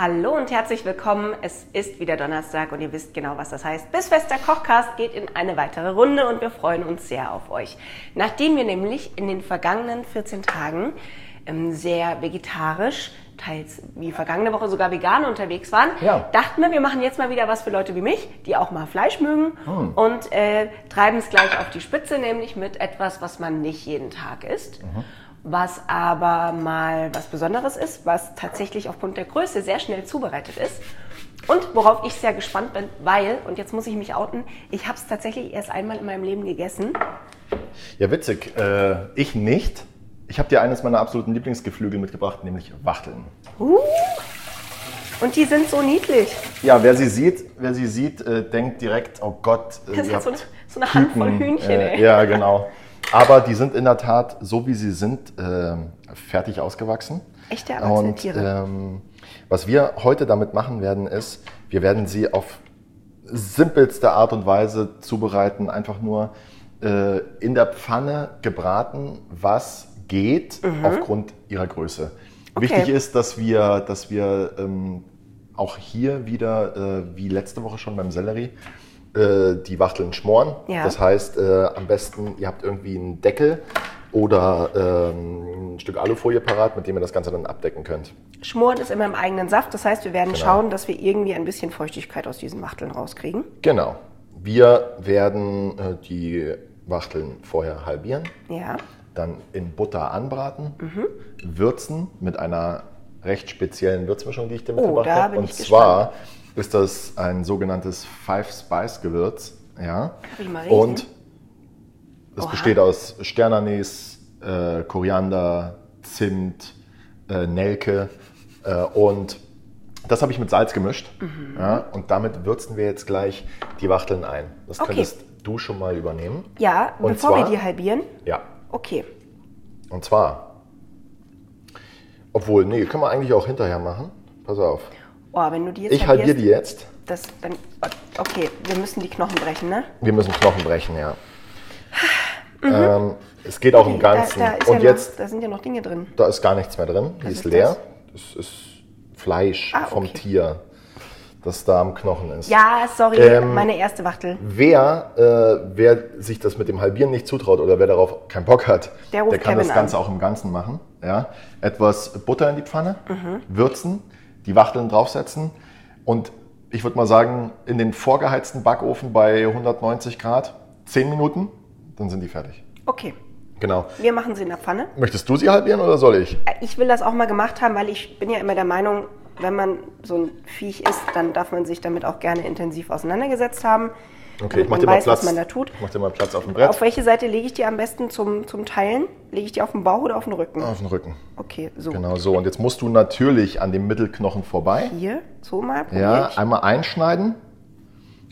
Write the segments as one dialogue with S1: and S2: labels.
S1: Hallo und herzlich willkommen. Es ist wieder Donnerstag und ihr wisst genau, was das heißt. Bis Fester Kochcast geht in eine weitere Runde und wir freuen uns sehr auf euch. Nachdem wir nämlich in den vergangenen 14 Tagen ähm, sehr vegetarisch, teils wie vergangene Woche sogar vegan unterwegs waren,
S2: Ja.
S1: dachten wir, wir machen jetzt mal wieder was für Leute wie mich, die auch mal Fleisch mögen
S2: Hm.
S1: und äh, treiben es gleich auf die Spitze, nämlich mit etwas, was man nicht jeden Tag isst.
S2: Mhm.
S1: Was aber mal was Besonderes ist, was tatsächlich aufgrund der Größe sehr schnell zubereitet ist. Und worauf ich sehr gespannt bin, weil, und jetzt muss ich mich outen, ich habe es tatsächlich erst einmal in meinem Leben gegessen.
S2: Ja, witzig. Äh, ich nicht. Ich habe dir eines meiner absoluten Lieblingsgeflügel mitgebracht, nämlich Wachteln.
S1: Und die sind so niedlich.
S2: Ja, wer sie sieht, wer sie sieht, äh, denkt direkt, oh Gott, äh,
S1: Das
S2: ihr
S1: ist so eine,
S2: habt
S1: so eine Handvoll
S2: Küken,
S1: Hühnchen,
S2: äh,
S1: ey.
S2: Ja, genau. Aber die sind in der Tat, so wie sie sind, ähm, fertig ausgewachsen.
S1: Echte erwachsene
S2: Und,
S1: Tiere.
S2: Ähm, was wir heute damit machen werden, ist, wir werden sie auf simpelste Art und Weise zubereiten, einfach nur äh, in der Pfanne gebraten, was geht aufgrund ihrer Größe. Wichtig ist, dass wir, dass wir ähm, auch hier wieder, äh, wie letzte Woche schon beim Sellerie, äh, die Wachteln schmoren.
S1: Ja.
S2: Das heißt, äh, am besten, ihr habt irgendwie einen Deckel oder ähm, ein Stück Alufolie parat, mit dem ihr das Ganze dann abdecken könnt.
S1: Schmoren ist immer im eigenen Saft. Das heißt, wir werden
S2: Genau.
S1: schauen, dass wir irgendwie ein bisschen Feuchtigkeit aus diesen Wachteln rauskriegen.
S2: Genau. Wir werden äh, die Wachteln vorher halbieren,
S1: Ja.
S2: dann in Butter anbraten,
S1: Mhm.
S2: würzen mit einer recht speziellen Würzmischung, die ich dir mitgebracht
S1: Oh, da
S2: habe.
S1: bin
S2: Und
S1: ich
S2: zwar ist das ein sogenanntes Five Spice Gewürz. Ja.
S1: ich mal riechen?
S2: Und das
S1: Oha.
S2: besteht aus Sternanis, äh, Koriander, Zimt, äh, Nelke äh, und das habe ich mit Salz gemischt.
S1: Mhm.
S2: Ja, und damit würzen wir jetzt gleich die Wachteln ein. Das
S1: Okay.
S2: könntest du schon mal übernehmen.
S1: Ja,
S2: Und
S1: bevor wir
S2: zwar-
S1: die halbieren.
S2: Ja,
S1: Okay.
S2: und zwar. Obwohl, nee, können wir eigentlich auch hinterher machen. Pass auf.
S1: Oh, wenn du die jetzt
S2: Ich halbiere die jetzt.
S1: Das, dann, okay, wir müssen die Knochen brechen, ne?
S2: Wir müssen Knochen brechen, ja. Ähm, es geht auch im Ganzen.
S1: Da, da, ist
S2: und
S1: ja
S2: jetzt
S1: noch, da sind ja noch Dinge drin.
S2: Da ist gar nichts mehr drin. Die
S1: Was
S2: ist
S1: ist
S2: leer. Das ist Fleisch
S1: Ah,
S2: vom
S1: okay.
S2: Tier, das da am Knochen ist.
S1: Ja, sorry,
S2: Ähm,
S1: meine erste Wachtel.
S2: Wer, äh, wer sich das mit dem Halbieren nicht zutraut oder wer darauf keinen Bock hat,
S1: Der ruft
S2: kann
S1: Kevin
S2: das Ganze auch im Ganzen machen. Ja? Etwas Butter in die Pfanne, würzen, die Wachteln draufsetzen und ich würde mal sagen, in den vorgeheizten Backofen bei 190 Grad 10 Minuten, dann sind die fertig.
S1: Okay,
S2: Genau.
S1: wir machen sie in der Pfanne.
S2: Möchtest du sie halbieren oder soll ich?
S1: Äh, Ich will das auch mal gemacht haben, weil ich bin ja immer der Meinung, wenn man so ein Viech ist, dann darf man sich damit auch gerne intensiv auseinandergesetzt haben.
S2: Okay,
S1: damit
S2: ich mach
S1: man
S2: dir mal
S1: weiß,
S2: Platz.
S1: was man da tut.
S2: Ich mach dir mal Platz auf dem Brett.
S1: Auf welche Seite lege ich die am besten zum, zum Teilen? Lege ich die auf den Bauch oder auf den Rücken?
S2: Auf den Rücken.
S1: Okay, so.
S2: Oh. Genau so. Und jetzt musst du natürlich an dem Mittelknochen vorbei.
S1: Hier, so mal. probier
S2: Ja,
S1: ich.
S2: einmal einschneiden.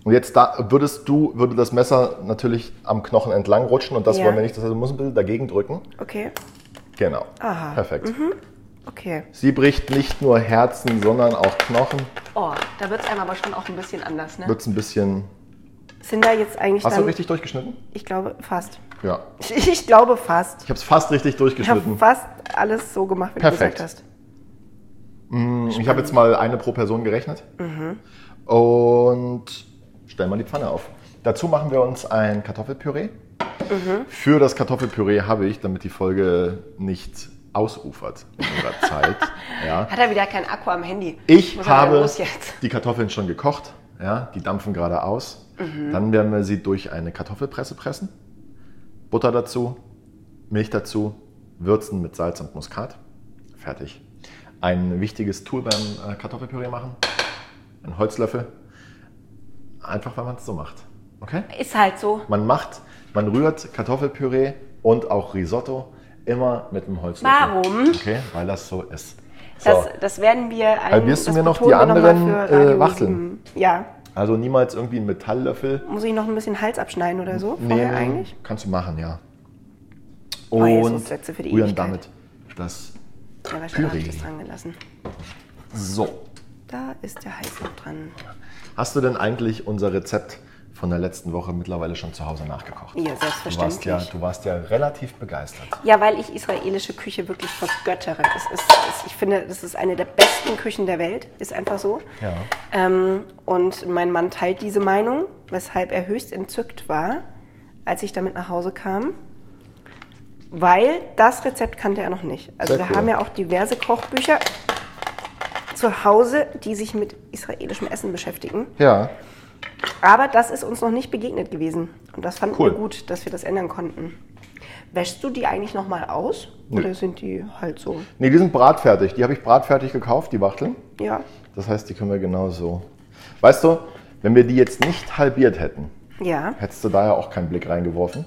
S2: Und jetzt da würdest du, würde das Messer natürlich am Knochen entlang rutschen und das
S1: Ja.
S2: wollen wir nicht. Das heißt, du musst ein bisschen dagegen drücken.
S1: Okay,
S2: Genau.
S1: Aha. Mhm.
S2: Perfekt.
S1: okay.
S2: Sie bricht nicht nur Herzen, sondern auch Knochen.
S1: Oh, da wird es einem aber schon auch ein bisschen anders, ne?
S2: Wird es ein bisschen.
S1: Sind da jetzt eigentlich
S2: Hast du
S1: dann,
S2: richtig durchgeschnitten?
S1: Ich glaube, fast.
S2: Ja.
S1: Ich glaube fast.
S2: Ich habe es fast richtig
S1: Ich habe
S2: durchgeschnitten.
S1: fast alles so gemacht, wie
S2: Perfekt.
S1: du gesagt hast.
S2: Ähm, ich habe jetzt mal eine pro Person gerechnet. Und stellen wir die Pfanne auf. Dazu machen wir uns ein Kartoffelpüree. Für das Kartoffelpüree habe ich, damit die Folge nicht ausufert in ihrer Zeit. Ja.
S1: Hat er wieder keinen Akku am Handy?
S2: Ich
S1: Muss er wieder
S2: habe
S1: Los jetzt.
S2: die Kartoffeln schon gekocht. Ja, die dampfen gerade aus.
S1: Mhm.
S2: Dann werden wir sie durch eine Kartoffelpresse pressen. Butter dazu, Milch dazu, würzen mit Salz und Muskat. Fertig. Ein wichtiges Tool beim äh, Kartoffelpüree machen. Ein Holzlöffel. Einfach, weil man es so macht. Okay?
S1: Ist halt so.
S2: Man macht, man rührt Kartoffelpüree und auch Risotto immer mit einem Holzlöffel.
S1: Warum?
S2: Okay, weil das so ist.
S3: Das,
S2: So.
S3: das werden wir ein,
S2: Halbierst du
S3: das
S2: mir noch
S3: betonen wir
S2: die
S3: noch mal
S2: anderen,
S3: für
S2: äh,
S3: Radio
S2: Wachteln?
S3: 7. Ja.
S2: Also niemals irgendwie einen Metalllöffel.
S3: Muss ich noch ein bisschen Hals abschneiden oder so? Vorher eigentlich?
S2: Kannst du machen, ja.
S3: Oh,
S2: Und
S3: jetzt ist das letzte für die
S2: rühren
S3: Ewigkeit.
S2: damit das.
S3: Ja, wahrscheinlich
S2: Püree.
S3: habe ich das dran gelassen.
S2: So.
S3: Da ist der Hals noch dran.
S2: Hast du denn eigentlich unser Rezept von der letzten Woche mittlerweile schon zu Hause nachgekocht?
S3: Ja,
S2: Du warst
S3: selbstverständlich.
S2: ja, du warst ja relativ begeistert.
S3: Ja, weil ich israelische Küche wirklich vergöttere. Es ist, es, ich finde, das ist eine der besten Küchen der Welt, ist einfach so.
S2: Ja.
S3: Ähm, und mein Mann teilt diese Meinung, weshalb er höchst entzückt war, als ich damit nach Hause kam. Weil das Rezept kannte er noch nicht. Also
S2: Sehr
S3: wir
S2: cool.
S3: haben ja auch diverse Kochbücher zu Hause, die sich mit israelischem Essen beschäftigen.
S2: Ja.
S3: Aber das ist uns noch nicht begegnet gewesen. Und das fanden
S2: Cool.
S3: wir gut, dass wir das ändern konnten. Wäschst du die eigentlich nochmal aus?
S2: Nö.
S3: Oder sind die halt so?
S2: Nee, die sind bratfertig. Die habe ich bratfertig gekauft, die Wachteln.
S3: Ja.
S2: Das heißt, die können wir genau so. Weißt du, wenn wir die jetzt nicht halbiert hätten,
S3: Ja.
S2: hättest du da ja auch keinen Blick reingeworfen.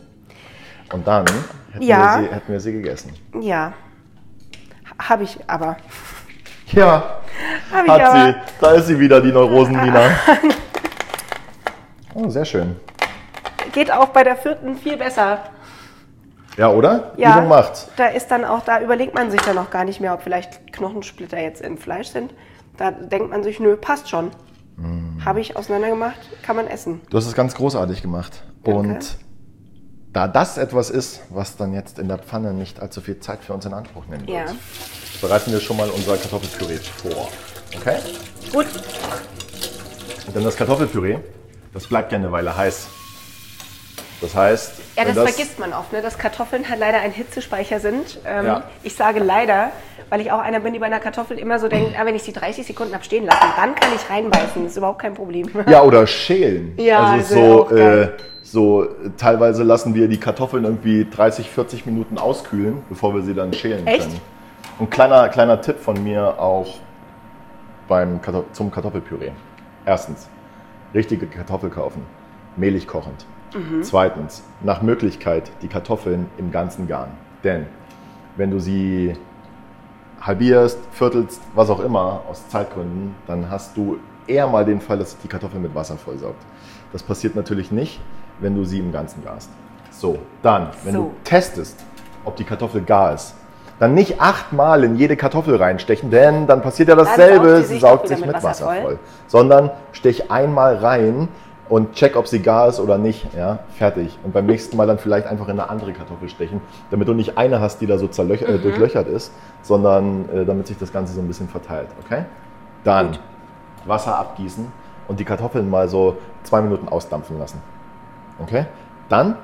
S2: Und dann hätten,
S3: Ja.
S2: wir, sie, hätten wir sie gegessen.
S3: Ja. Habe ich aber.
S2: Ja,
S3: Habe ich
S2: hat
S3: aber.
S2: sie. Da ist sie wieder, die Neurosenlina. Oh, sehr schön.
S3: Geht auch bei der vierten viel besser.
S2: Ja, oder?
S3: Ja.
S2: Übung macht's.
S3: Da ist dann auch, da überlegt man sich dann auch gar nicht mehr, ob vielleicht Knochensplitter jetzt im Fleisch sind. Da denkt man sich, nö, passt schon.
S2: Hm.
S3: Habe ich auseinandergemacht, kann man essen.
S2: Du hast es ganz großartig gemacht.
S3: Danke.
S2: Und da das etwas ist, was dann jetzt in der Pfanne nicht allzu viel Zeit für uns in Anspruch nehmen
S3: Ja.
S2: wird, bereiten wir schon mal unser Kartoffelpüree vor. Okay?
S3: Gut,
S2: Denn das Kartoffelpüree, das bleibt ja eine Weile heiß. Das heißt,
S3: Ja,
S2: wenn
S3: das, vergisst man oft, ne? dass Kartoffeln halt leider ein Hitzespeicher sind. Ähm,
S2: Ja.
S3: Ich sage leider, weil ich auch einer bin, die bei einer Kartoffel immer so denkt, ah, wenn ich sie 30 Sekunden hab stehen lassen, dann kann ich reinbeißen. Das ist überhaupt kein Problem.
S2: Ja, oder schälen.
S3: Ja, das wäre
S2: also
S3: auch
S2: so, äh,
S3: geil.
S2: so äh, teilweise lassen wir die Kartoffeln irgendwie 30, 40 Minuten auskühlen, bevor wir sie dann schälen
S3: Echt?
S2: können. Und kleiner, kleiner Tipp von mir auch beim Karto zum Kartoffelpüree. Erstens, richtige Kartoffel kaufen, mehlig kochend. Zweitens, nach Möglichkeit die Kartoffeln im ganzen Garn. Denn wenn du sie halbierst, viertelst, was auch immer, aus Zeitgründen, dann hast du eher mal den Fall, dass sich die Kartoffel mit Wasser vollsaugt. Das passiert natürlich nicht, wenn du sie im Ganzen garst. So, dann, wenn
S3: So.
S2: du testest, ob die Kartoffel gar ist, dann nicht achtmal in jede Kartoffel reinstechen, denn dann passiert ja
S3: Dann saugt
S2: dasselbe,
S3: sie
S2: sie
S3: sich
S2: saugt
S3: doch wieder
S2: sich
S3: mit
S2: mit
S3: Wasser
S2: Wasser
S3: voll.
S2: voll. Sondern stech einmal rein und check, ob sie gar ist oder nicht. Ja, fertig. Und beim nächsten Mal dann vielleicht einfach in eine andere Kartoffel stechen, damit du nicht eine hast, die da so zerlöch
S3: Mhm.
S2: äh, durchlöchert ist, sondern äh, damit sich das Ganze so ein bisschen verteilt. Okay? Dann Wasser abgießen und die Kartoffeln mal so zwei Minuten ausdampfen lassen. Okay? Dann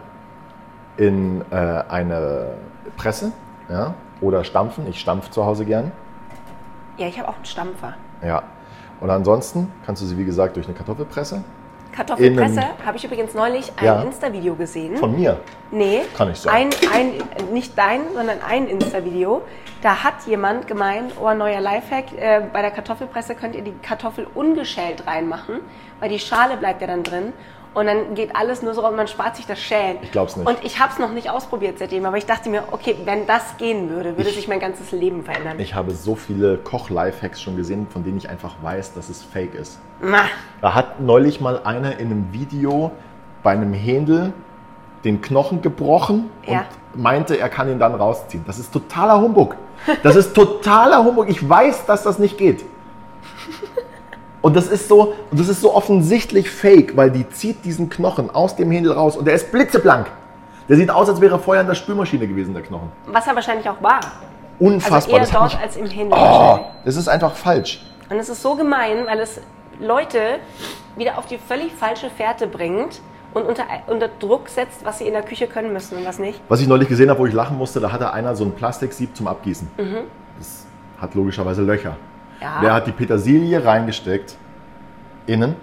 S2: in äh, eine Presse ja, oder stampfen. Ich stampf zu Hause gern.
S3: Ja, ich habe auch einen Stampfer.
S2: Ja. Und ansonsten kannst du sie, wie gesagt, durch eine Kartoffelpresse.
S3: Kartoffelpresse
S2: Innen.
S3: habe ich übrigens neulich ein
S2: Ja.
S3: Insta-Video gesehen.
S2: Von mir.
S3: Nee.
S2: Kann ich sagen.
S3: Ein, ein, nicht dein, sondern ein Insta-Video. Da hat jemand gemeint, oh, neuer Lifehack, äh, bei der Kartoffelpresse könnt ihr die Kartoffel ungeschält reinmachen, weil die Schale bleibt ja dann drin. Und dann geht alles nur so und man spart sich das Schälen.
S2: Ich glaub's nicht.
S3: Und ich hab's noch nicht ausprobiert seitdem, aber ich dachte mir, okay, wenn das gehen würde, würde
S2: Ich-
S3: sich mein ganzes Leben verändern.
S2: Ich habe so viele Koch-Lifehacks schon gesehen, von denen ich einfach weiß, dass es fake ist.
S3: Ma.
S2: Da hat neulich mal einer in einem Video bei einem Händel den Knochen gebrochen
S3: Ja.
S2: und meinte, er kann ihn dann rausziehen. Das ist totaler Humbug. Das ist totaler Humbug. Ich weiß, dass das nicht geht. Und das ist so, und das ist so offensichtlich fake, weil die zieht diesen Knochen aus dem Händel raus und der ist blitzeblank. Der sieht aus, als wäre er vorher in der Spülmaschine gewesen, der Knochen.
S3: Was er wahrscheinlich auch war. Also
S2: Unfassbar.
S3: eher
S2: das hat
S3: dort
S2: mich-
S3: als im Händel.
S2: oh,
S3: wahrscheinlich.
S2: das ist einfach falsch.
S3: Und es ist so gemein, weil es Leute wieder auf die völlig falsche Fährte bringt und unter, unter Druck setzt, was sie in der Küche können müssen und was nicht.
S2: Was ich neulich gesehen habe, wo ich lachen musste, da hatte einer so ein Plastiksieb zum Abgießen.
S3: Mhm.
S2: Das hat logischerweise Löcher.
S3: Ja.
S2: Der hat die Petersilie reingesteckt, innen,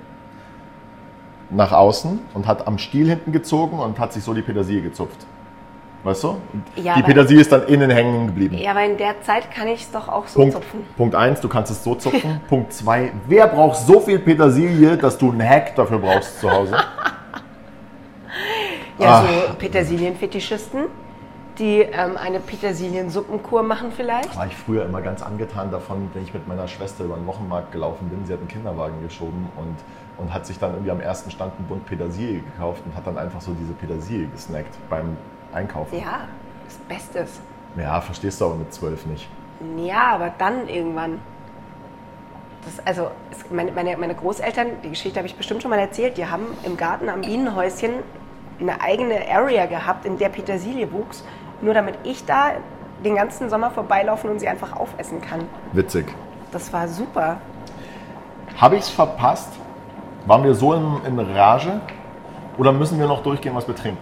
S2: nach außen und hat am Stiel hinten gezogen und hat sich so die Petersilie gezupft. Weißt du? Und
S3: Ja,
S2: die
S3: aber-
S2: Petersilie ist dann innen hängen geblieben.
S3: Ja, aber in der Zeit kann ich es doch auch so
S2: Punkt,
S3: zupfen.
S2: Punkt eins, du kannst es so zupfen. Punkt zwei, wer braucht so viel Petersilie, dass du einen Hack dafür brauchst zu Hause?
S3: Ja,
S2: Ach. Ah.
S3: so Petersilienfetischisten, die ähm, eine Petersiliensuppenkur machen vielleicht?
S2: War ich früher immer ganz angetan davon, wenn ich mit meiner Schwester über den Wochenmarkt gelaufen bin. Sie hat einen Kinderwagen geschoben und, und hat sich dann irgendwie am ersten Stand einen Bund Petersilie gekauft und hat dann einfach so diese Petersilie gesnackt beim Einkaufen.
S3: Ja, das Bestes.
S2: Ja, verstehst du aber mit zwölf nicht.
S3: Ja, aber dann irgendwann. Das, also, es, meine, meine, meine Großeltern, die Geschichte habe ich bestimmt schon mal erzählt, die haben im Garten am Bienenhäuschen eine eigene Area gehabt, in der Petersilie wuchs, nur damit ich da den ganzen Sommer vorbeilaufen und sie einfach aufessen kann.
S2: Witzig.
S3: Das war super.
S2: Habe ich es verpasst? Waren wir so in, in Rage? Oder müssen wir noch durchgehen, was wir trinken?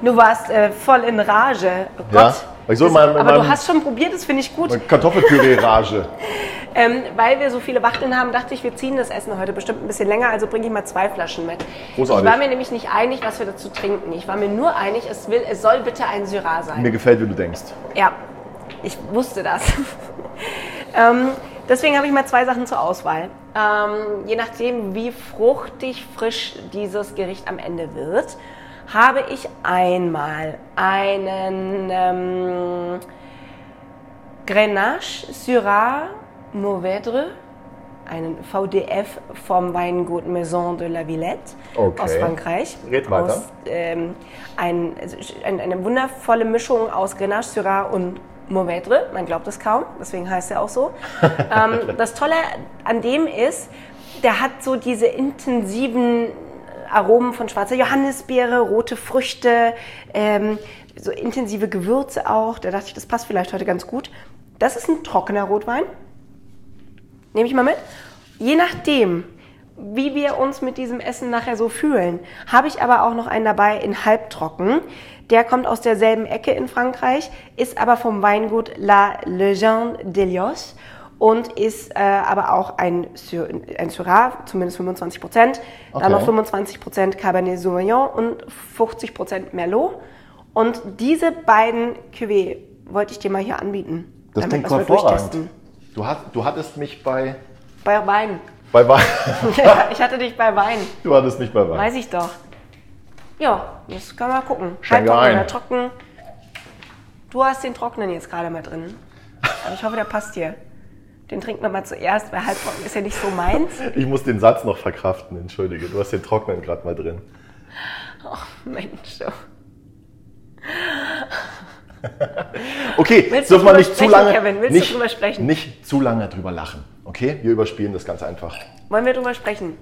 S3: Du warst äh, voll in Rage. Oh Gott.
S2: Ja, weil ich so in meinem- in
S3: aber du
S2: meinem-
S3: hast schon probiert, das finde ich gut.
S2: Kartoffelpüree-Rage.
S3: Ähm, weil wir so viele Wachteln haben, dachte ich, wir ziehen das Essen heute bestimmt ein bisschen länger, also bringe ich mal zwei Flaschen mit.
S2: Großartig.
S3: Ich war mir nämlich nicht einig, was wir dazu trinken. Ich war mir nur einig, es, will, es soll bitte ein Syrah sein.
S2: Mir gefällt, wie du denkst.
S3: Ja, ich wusste das. ähm, deswegen habe ich mal zwei Sachen zur Auswahl. Ähm, je nachdem, wie fruchtig frisch dieses Gericht am Ende wird, habe ich einmal einen ähm, Grenache Syrah Novedre, einen VDF vom Weingut Maison de la Villette
S2: Okay.
S3: aus Frankreich.
S2: Red weiter.
S3: Aus ähm, ein, also ein, eine wundervolle Mischung aus Grenache, Syrah und Mourvèdre. Man glaubt es kaum, deswegen heißt er auch so. ähm, das Tolle an dem ist, der hat so diese intensiven Aromen von schwarzer Johannisbeere, rote Früchte, ähm, so intensive Gewürze auch. Da dachte ich, das passt vielleicht heute ganz gut. Das ist ein trockener Rotwein. Nehme ich mal mit. Je nachdem, wie wir uns mit diesem Essen nachher so fühlen, habe ich aber auch noch einen dabei in halbtrocken. Der kommt aus derselben Ecke in Frankreich, ist aber vom Weingut La Legende d'Elios und ist äh, aber auch ein, Sy ein Syrah, zumindest 25 Prozent,
S2: Okay.
S3: dann noch 25 Prozent Cabernet Sauvignon und 50 Prozent Merlot. Und diese beiden Cuvées wollte ich dir mal hier anbieten.
S2: Das
S3: damit
S2: klingt
S3: wir's mal
S2: hervorragend.
S3: durchtesten.
S2: Du, hat, du hattest mich bei,
S3: Bei Wein.
S2: bei Wein.
S3: Ja, ich hatte dich bei Wein,
S2: Du hattest mich bei Wein.
S3: weiß ich doch. Ja, jetzt können wir gucken.
S2: Schenke
S3: Halbtrocken
S2: ein.
S3: oder trocken. Du hast den trockenen jetzt gerade mal drin. Aber ich hoffe, der passt dir. Den trinken wir mal zuerst, weil halbtrocken ist ja nicht so meins.
S2: Ich muss den Satz noch verkraften, entschuldige. Du hast den Trocknen gerade mal drin.
S3: Mensch, oh.
S2: Okay,
S3: Willst du
S2: dürfen wir
S3: drüber
S2: nicht zu
S3: sprechen,
S2: lange.
S3: Kevin? Willst du
S2: nicht,
S3: drüber sprechen?
S2: Nicht zu lange drüber lachen. Okay, wir überspielen das ganz einfach.
S3: wollen wir drüber sprechen?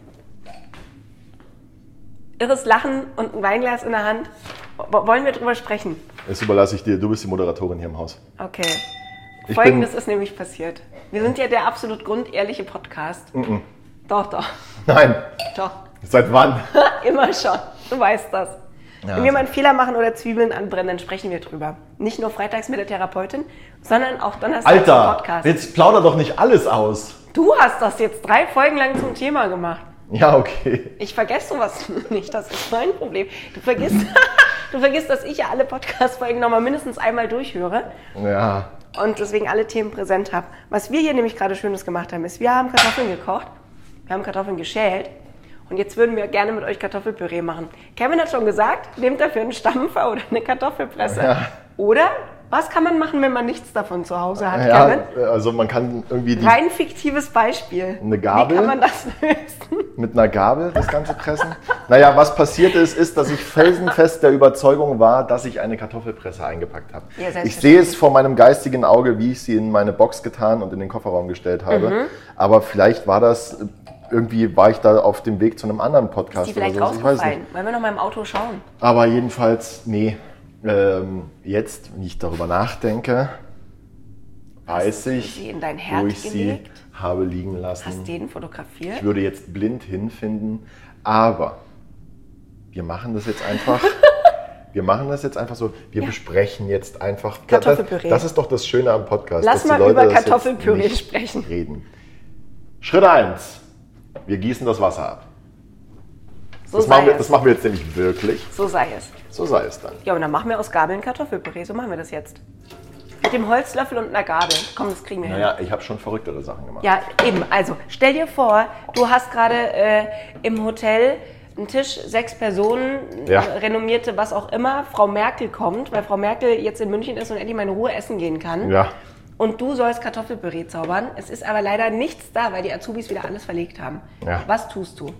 S3: Irres Lachen und ein Weinglas in der Hand. W wollen wir drüber sprechen?
S2: Das überlasse ich dir. Du bist die Moderatorin hier im Haus.
S3: Okay.
S2: Ich
S3: Folgendes
S2: bin-
S3: ist nämlich passiert. Wir sind ja der absolut grundehrliche Podcast. Doch, doch,
S2: Nein,
S3: doch.
S2: seit wann?
S3: Immer schon. Du weißt das.
S2: Ja, also
S3: Wenn wir mal einen Fehler machen oder Zwiebeln anbrennen, dann sprechen wir drüber. Nicht nur freitags mit der Therapeutin, sondern auch donnerstags im
S2: Alter,
S3: Podcast.
S2: jetzt plauder doch nicht alles aus.
S3: Du hast das jetzt drei Folgen lang zum Thema gemacht.
S2: Ja, okay.
S3: Ich vergesse sowas nicht, das ist mein Problem. Du vergisst, du vergisst dass ich ja alle Podcast-Folgen nochmal mindestens einmal durchhöre
S2: Ja,
S3: und deswegen alle Themen präsent habe. Was wir hier nämlich gerade Schönes gemacht haben, ist, wir haben Kartoffeln gekocht, wir haben Kartoffeln geschält und jetzt würden wir gerne mit euch Kartoffelpüree machen. Kevin hat schon gesagt, nehmt dafür einen Stampfer oder eine Kartoffelpresse.
S2: Ja.
S3: Oder was kann man machen, wenn man nichts davon zu Hause hat,
S2: ja
S3: Kevin?
S2: also man kann irgendwie die,
S3: Rein fiktives Beispiel.
S2: Eine Gabel?
S3: Wie kann man das lösen?
S2: mit einer Gabel das Ganze pressen. Naja, was passiert ist, ist, dass ich felsenfest der Überzeugung war, dass ich eine Kartoffelpresse eingepackt habe.
S3: Ja, selbstverständlich.
S2: ich sehe es vor meinem geistigen Auge, wie ich sie in meine Box getan und in den Kofferraum gestellt habe.
S3: Mhm.
S2: Aber vielleicht war das, irgendwie war ich da auf dem Weg zu einem anderen Podcast
S3: Die vielleicht
S2: oder so. Ich weiß nicht.
S3: rausgefallen. Wollen wir noch mal im Auto schauen?
S2: Aber jedenfalls, nee. Ähm, jetzt, wenn ich darüber nachdenke, weiß ich,
S3: sie in dein
S2: wo
S3: Herd
S2: ich
S3: gelegt?
S2: sie habe liegen lassen.
S3: Hast den fotografiert?
S2: Ich würde jetzt blind hinfinden, aber wir machen das jetzt einfach. Wir machen das jetzt einfach so. Wir besprechen jetzt einfach
S3: Kartoffelpüree.
S2: Das, das ist doch das Schöne am Podcast.
S3: Lass
S2: dass die
S3: mal
S2: Leute
S3: über
S2: das jetzt
S3: Kartoffelpüree
S2: nicht
S3: sprechen.
S2: Reden. Schritt 1. Wir gießen das Wasser ab.
S3: So
S2: Das
S3: sei
S2: machen, wir, das
S3: es.
S2: machen wir jetzt nämlich wirklich.
S3: So sei es.
S2: So sei es dann.
S3: Ja, und dann machen wir aus Gabeln Kartoffelpüree. So machen wir das jetzt. Mit dem Holzlöffel und einer Gabel. Komm, das kriegen wir hin.
S2: Naja, ich habe schon verrücktere Sachen gemacht.
S3: Ja, eben. Also, stell dir vor, du hast gerade äh, im Hotel ein Tisch, sechs Personen,
S2: Ja.
S3: äh, renommierte, was auch immer, Frau Merkel kommt, weil Frau Merkel jetzt in München ist und endlich mal in Ruhe essen gehen kann.
S2: Ja.
S3: Und du sollst Kartoffelpüree zaubern. Es ist aber leider nichts da, weil die Azubis wieder alles verlegt haben.
S2: Ja.
S3: Was tust du?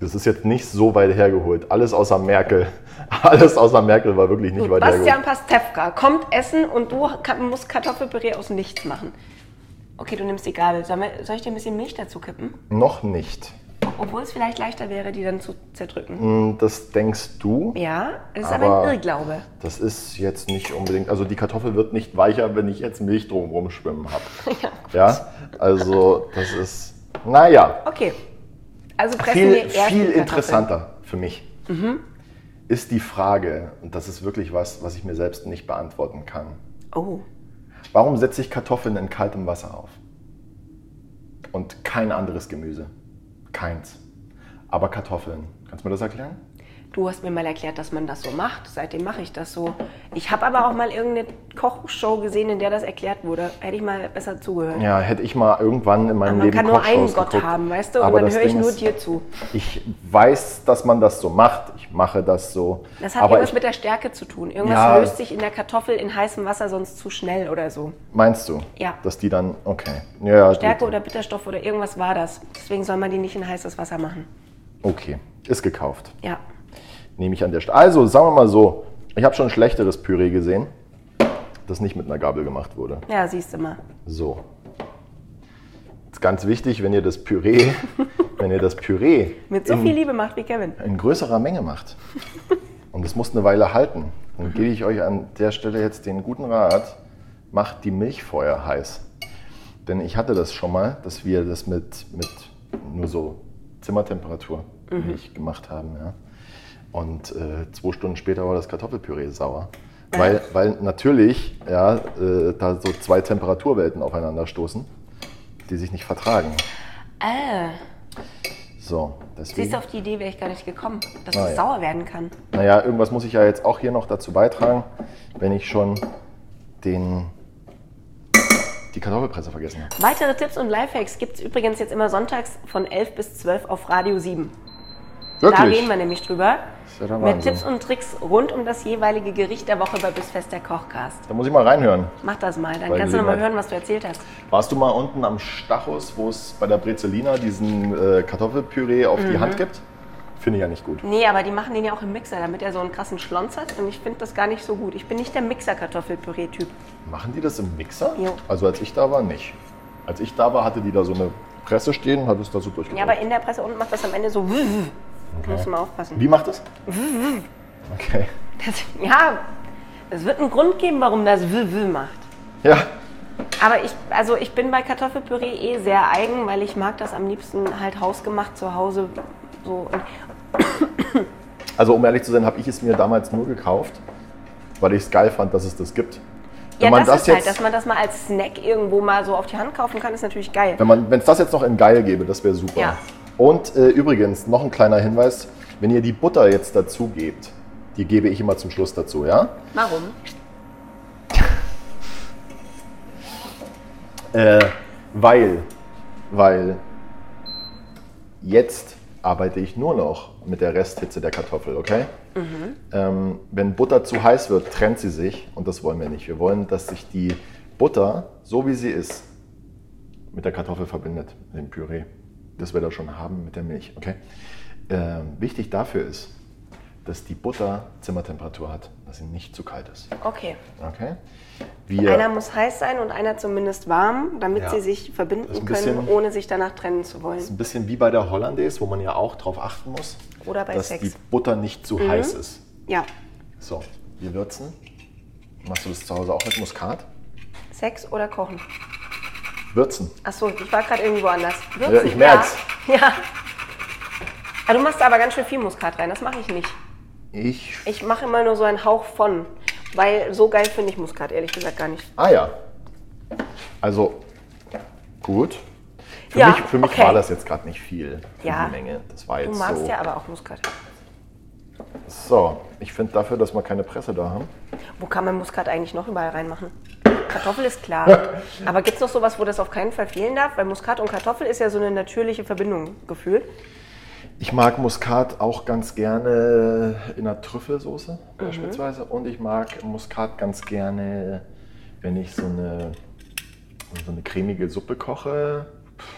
S2: Das ist jetzt nicht so weit hergeholt. Alles außer Merkel. Alles außer Merkel war wirklich nicht
S3: Gut,
S2: weit
S3: Bastian
S2: hergeholt.
S3: Pastewka kommt essen und du ka- musst Kartoffelpüree aus nichts machen. Okay, du nimmst die Gabel. Soll, man- soll ich dir ein bisschen Milch dazu kippen?
S2: Noch nicht.
S3: Obwohl es vielleicht leichter wäre, die dann zu zerdrücken.
S2: Hm, Das denkst du?
S3: Ja, es ist aber,
S2: Aber-
S3: ein Irrglaube.
S2: Das ist jetzt nicht unbedingt. Also die Kartoffel wird nicht weicher, wenn ich jetzt Milch drumherum schwimmen habe. Ja, Also das ist. Naja,
S3: Okay. Also pressen wir
S2: viel,
S3: erst die Mhm.
S2: viel
S3: Kartoffeln.
S2: interessanter für mich ist die Frage, und das ist wirklich was, was ich mir selbst nicht beantworten kann.
S3: Oh,
S2: Warum setze ich Kartoffeln in kaltem Wasser auf? Und kein anderes Gemüse. Keins. Aber Kartoffeln. Kannst du mir das erklären?
S3: du hast mir mal erklärt, dass man das so macht. Seitdem mache ich das so. Ich habe aber auch mal irgendeine Kochshow gesehen, in der das erklärt wurde. Hätte ich mal besser zugehört.
S2: Ja, hätte ich mal irgendwann in meinem
S3: Man
S2: Leben
S3: kann nur einen
S2: Kochshows
S3: Gott
S2: geguckt.
S3: haben, weißt du? Und
S2: Aber
S3: dann
S2: das
S3: höre ich
S2: Ding
S3: nur
S2: ist,
S3: dir zu.
S2: Ich weiß, dass man das so macht. Ich mache das so.
S3: Das hat
S2: aber
S3: irgendwas
S2: ich,
S3: mit der Stärke zu tun. Irgendwas
S2: Ja.
S3: löst sich in der Kartoffel in heißem Wasser sonst zu schnell oder so.
S2: meinst du?
S3: Ja.
S2: Dass die dann okay. Ja, ja,
S3: Stärke
S2: gut.
S3: oder Bitterstoff oder irgendwas war das. Deswegen soll man die nicht in heißes Wasser machen.
S2: Okay, ist gekauft.
S3: Ja.
S2: Nehme ich an der Stelle. Also, sagen wir mal so, ich habe schon schlechteres Püree gesehen, das nicht mit einer Gabel gemacht wurde.
S3: Ja, siehst du mal.
S2: So. Ist ganz wichtig, wenn ihr das Püree, wenn ihr das Püree
S3: Mit so
S2: in,
S3: viel Liebe macht wie Kevin.
S2: in größerer Menge macht und es muss eine Weile halten, dann gebe ich euch an der Stelle jetzt den guten Rat, macht die Milchfeuer heiß. Denn ich hatte das schon mal, dass wir das mit, mit nur so Zimmertemperatur
S3: Mhm.
S2: Milch gemacht haben. Ja. Und äh, zwei Stunden später war das Kartoffelpüree sauer. Weil, weil natürlich ja, äh, da so zwei Temperaturwelten aufeinanderstoßen, die sich nicht vertragen.
S3: Ah,
S2: So, deswegen.
S3: siehst du, auf die Idee wäre ich gar nicht gekommen, dass
S2: Ah,
S3: es
S2: ja.
S3: sauer werden kann.
S2: Naja, irgendwas muss ich ja jetzt auch hier noch dazu beitragen, wenn ich schon den, die Kartoffelpresse vergessen habe.
S3: Weitere Tipps und Lifehacks gibt es übrigens jetzt immer sonntags von 11 bis 12 auf Radio 7. Da reden wir nämlich drüber.
S2: ist ja der
S3: mit
S2: Wahnsinn.
S3: Tipps und Tricks rund um das jeweilige Gericht der Woche bei Bissfest der Kochcast.
S2: Da muss ich mal reinhören.
S3: Mach das mal, dann
S2: Bei
S3: kannst du nochmal
S2: Gelegenheit.
S3: hören, was du erzählt hast.
S2: Warst du mal unten am Stachus, wo es bei der Brezelina diesen äh, Kartoffelpüree auf
S3: Mhm.
S2: die Hand gibt? Finde ich ja nicht gut.
S3: Nee, aber die machen den ja auch im Mixer, damit er so einen krassen Schlons hat. Und ich finde das gar nicht so gut. Ich bin nicht der Mixer-Kartoffelpüree-Typ.
S2: Machen die das im Mixer?
S3: Jo.
S2: Also als ich da war, nicht. Als ich da war, hatte die da so eine Presse stehen und hat es da so
S3: Ja,
S2: durchgebracht.
S3: aber in der Presse unten macht das am Ende so. Musst du mal aufpassen.
S2: Wie macht es?
S3: Mhm.
S2: okay.
S3: Das, ja, es wird einen Grund geben, warum das w -w macht.
S2: Ja,
S3: Aber ich, also ich bin bei Kartoffelpüree eh sehr eigen, weil ich mag das am liebsten halt hausgemacht zu Hause. So. Und
S2: Also um ehrlich zu sein, habe ich es mir damals nur gekauft, weil ich es geil fand, dass es das gibt.
S3: ja,
S2: Wenn man
S3: das,
S2: das
S3: ist halt,
S2: jetzt-
S3: dass man das mal als Snack irgendwo mal so auf die Hand kaufen kann, ist natürlich geil.
S2: Wenn man, wenn es das jetzt noch in geil gäbe, das wäre super.
S3: Ja.
S2: Und äh, übrigens noch ein kleiner Hinweis: Wenn ihr die Butter jetzt dazu gebt, die gebe ich immer zum Schluss dazu, ja?
S3: Warum?
S2: Äh, weil, weil jetzt arbeite ich nur noch mit der Resthitze der Kartoffel, okay? Ähm, wenn Butter zu heiß wird, trennt sie sich und das wollen wir nicht. Wir wollen, dass sich die Butter, so wie sie ist, mit der Kartoffel verbindet, mit dem Püree. Das wir da schon haben mit der Milch, okay? Ähm, wichtig dafür ist, dass die Butter Zimmertemperatur hat, dass sie nicht zu kalt ist,
S3: Okay.
S2: okay? Wir,
S3: Einer muss heiß sein und einer zumindest warm, damit
S2: Ja.
S3: sie sich
S2: Das ist
S3: verbinden
S2: ein
S3: können,
S2: bisschen-
S3: ohne sich danach trennen zu
S2: ist
S3: wollen.
S2: ein bisschen wie bei der Hollandaise, wo man ja auch drauf achten muss,
S3: Oder bei
S2: dass
S3: Sex. Mhm.
S2: die Butter nicht zu heiß ist.
S3: Ja.
S2: So, wir würzen. Machst du das zu Hause auch mit Muskat?
S3: Sex oder Kochen?
S2: Würzen.
S3: Achso, ich war gerade irgendwo anders. Würzen,
S2: Ja, ich merk's.
S3: Ja. ja. Ah, du machst aber ganz schön viel Muskat rein, das mache ich nicht.
S2: Ich.
S3: Ich mache immer nur so einen Hauch von, weil so geil finde ich Muskat ehrlich gesagt gar nicht.
S2: Ah ja. Also, gut. Für
S3: Ja,
S2: mich, für mich
S3: okay.
S2: war das jetzt gerade nicht viel. Für
S3: Ja.
S2: die Menge. Das war
S3: Du
S2: jetzt
S3: magst
S2: so.
S3: ja aber auch Muskat.
S2: So, ich finde dafür, dass wir keine Presse da haben.
S3: Wo kann man Muskat eigentlich noch überall reinmachen? Kartoffel ist klar. aber gibt es noch sowas, wo das auf keinen Fall fehlen darf? Weil Muskat und Kartoffel ist ja so eine natürliche Verbindung gefühlt.
S2: Ich mag Muskat auch ganz gerne in einer Trüffelsoße
S3: Mhm.
S2: beispielsweise und ich mag Muskat ganz gerne, wenn ich so eine, so eine cremige Suppe koche, Pff,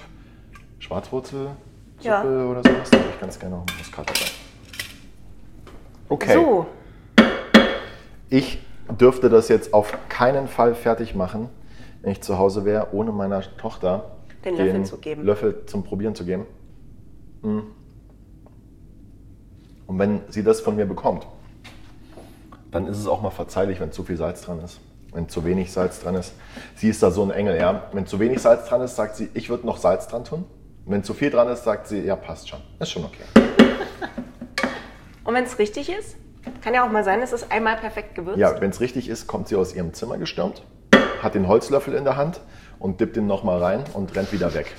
S2: Schwarzwurzelsuppe
S3: Ja.
S2: oder sowas, da habe ich ganz gerne auch Muskat dabei. Okay,
S3: So,
S2: ich dürfte das jetzt auf keinen Fall fertig machen, wenn ich zu Hause wäre, ohne meiner Tochter
S3: Den Löffel zu geben.
S2: Löffel zum Probieren zu geben. Mm. Und wenn sie das von mir bekommt, dann ist es auch mal verzeihlich, wenn zu viel Salz dran ist. Wenn zu wenig Salz dran ist. Sie ist da so ein Engel, ja. Wenn zu wenig Salz dran ist, sagt sie, ich würde noch Salz dran tun. Und wenn zu viel dran ist, sagt sie, ja, passt schon. Ist schon okay.
S3: und wenn es richtig ist, kann ja auch mal sein, es ist einmal perfekt gewürzt.
S2: Ja, wenn es richtig ist, kommt sie aus ihrem Zimmer gestürmt, hat den Holzlöffel in der Hand und dippt ihn nochmal rein und rennt wieder weg.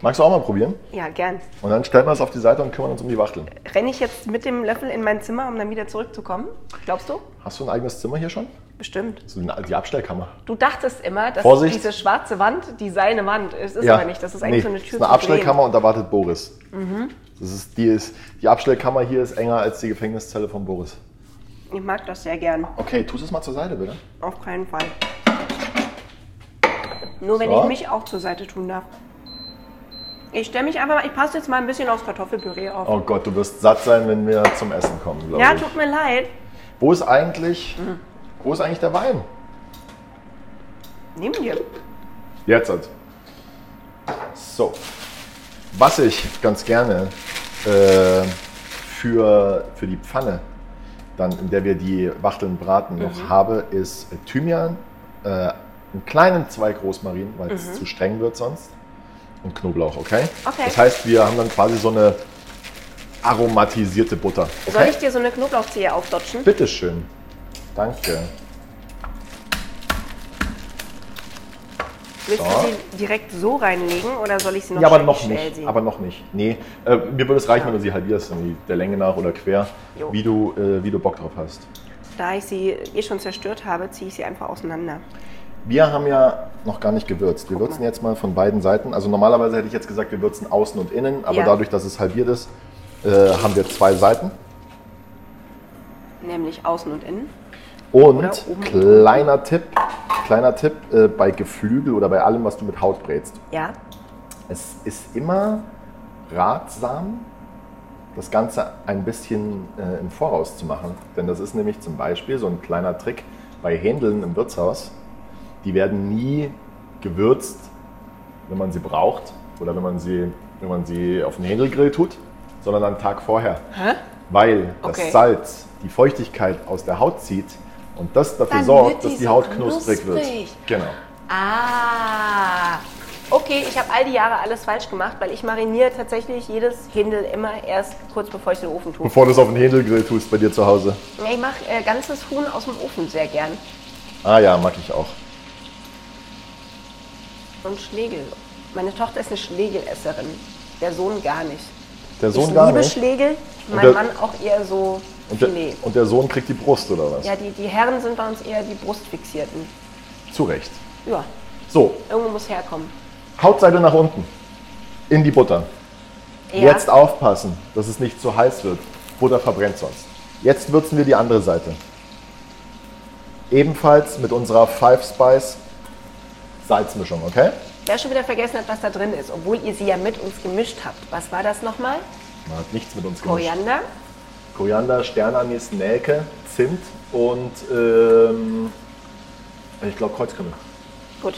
S2: Magst du auch mal probieren?
S3: ja gern.
S2: Und dann stellen wir es auf die Seite und kümmern uns um die Wachteln.
S3: Renne ich jetzt mit dem Löffel in mein Zimmer, um dann wieder zurückzukommen? Glaubst du?
S2: Hast du ein eigenes Zimmer hier schon?
S3: Bestimmt.
S2: So eine- die Abstellkammer.
S3: Du dachtest immer, dass
S2: Vorsicht.
S3: diese schwarze Wand die seine Wand ist. Ist aber nicht. Das ist eigentlich so eine
S2: das
S3: Tür
S2: ist eine
S3: zum Mhm.
S2: Abstellkammer und da wartet Boris. Das ist, die, ist, die Abstellkammer hier ist enger als die Gefängniszelle von Boris.
S3: Drehen. Ich mag das sehr gern.
S2: Okay, tust es mal zur Seite, bitte.
S3: Auf keinen Fall. Nur wenn
S2: So.
S3: ich mich auch zur Seite tun darf. Ich stelle mich einfach mal, ich passe jetzt mal ein bisschen aufs Kartoffelpüree auf.
S2: Oh Gott, du wirst satt sein, wenn wir zum Essen kommen, glaube
S3: ja, Mhm.
S2: ich.
S3: tut mir leid.
S2: Wo ist eigentlich, wo ist eigentlich der Wein?
S3: Nimm dir.
S2: Jetzt. also. So. Was ich ganz gerne äh, für, für die Pfanne, dann, in der wir die Wachteln braten,
S3: Mhm.
S2: noch habe, ist Thymian, äh, einen kleinen Zweig Rosmarin, weil es zu streng wird sonst. Und Knoblauch, okay?
S3: Mhm. Okay.
S2: Das heißt, wir haben dann quasi so eine aromatisierte Butter. Okay?
S3: Soll ich dir so eine Knoblauchzehe aufdotschen?
S2: Bitteschön. Danke.
S3: Willst du sie direkt so reinlegen oder soll ich sie noch
S2: ja, aber
S3: schnell-
S2: noch
S3: schnell
S2: nicht.
S3: sehen?
S2: Aber noch nicht. Nee, äh, mir würde es reichen, wenn du sie halbierst, irgendwie der Länge nach oder quer,
S3: Jo.
S2: wie du, äh, wie du Bock drauf hast.
S3: Da ich sie eh schon zerstört habe, ziehe ich sie einfach auseinander.
S2: Wir haben ja noch gar nicht gewürzt. Wir würzen
S3: mal.
S2: jetzt mal von beiden Seiten. Also normalerweise hätte ich jetzt gesagt, wir würzen außen und innen, aber
S3: Ja.
S2: dadurch, dass es halbiert ist, äh, haben wir zwei Seiten.
S3: Nämlich außen und innen.
S2: Und
S3: Oder oben.
S2: kleiner Tipp, kleiner Tipp äh, bei Geflügel oder bei allem, was du mit Haut brätst.
S3: Ja.
S2: Es ist immer ratsam, das Ganze ein bisschen äh, im Voraus zu machen. Denn das ist nämlich zum Beispiel so ein kleiner Trick bei Händeln im Wirtshaus. Die werden nie gewürzt, wenn man sie braucht oder wenn man sie, wenn man sie auf den Händelgrill tut, sondern am Tag vorher. Weil das
S3: Okay.
S2: Salz die Feuchtigkeit aus der Haut zieht und das dafür
S3: Dann wird
S2: sorgt,
S3: die
S2: dass die
S3: so
S2: Haut knusprig,
S3: knusprig.
S2: wird. Genau.
S3: Ah. Okay, ich habe all die Jahre alles falsch gemacht, weil ich mariniere tatsächlich jedes Händel immer erst kurz bevor ich den Ofen tue.
S2: Bevor du es auf den Händelgrill tust bei dir zu Hause.
S3: Ich mache äh, ganzes Huhn aus dem Ofen sehr gern.
S2: Ah ja, mag ich auch.
S3: Und Schlegel. Meine Tochter ist eine Schlegelesserin. Der Sohn gar nicht.
S2: Der Sohn
S3: ich
S2: gar
S3: liebe
S2: nicht.
S3: Schlegel, mein
S2: der-
S3: Mann auch eher so
S2: und,
S3: Filet.
S2: der, und der Sohn kriegt die Brust oder was?
S3: Ja, die, die Herren sind bei uns eher die Brustfixierten.
S2: Zu Recht.
S3: Ja,
S2: So,
S3: irgendwo muss herkommen.
S2: Hautseite nach unten. In die Butter.
S3: Ja.
S2: Jetzt aufpassen, dass es nicht zu heiß wird. Butter verbrennt sonst. Jetzt würzen wir die andere Seite. Ebenfalls mit unserer Five Spice Salzmischung, okay?
S3: Wer schon wieder vergessen hat, was da drin ist, obwohl ihr sie ja mit uns gemischt habt. Was war das nochmal?
S2: Man hat nichts mit uns gemischt.
S3: Koriander?
S2: Koriander, Sternanis, Nelke, Zimt und ähm, ich glaube Kreuzkümmel.
S3: Gut.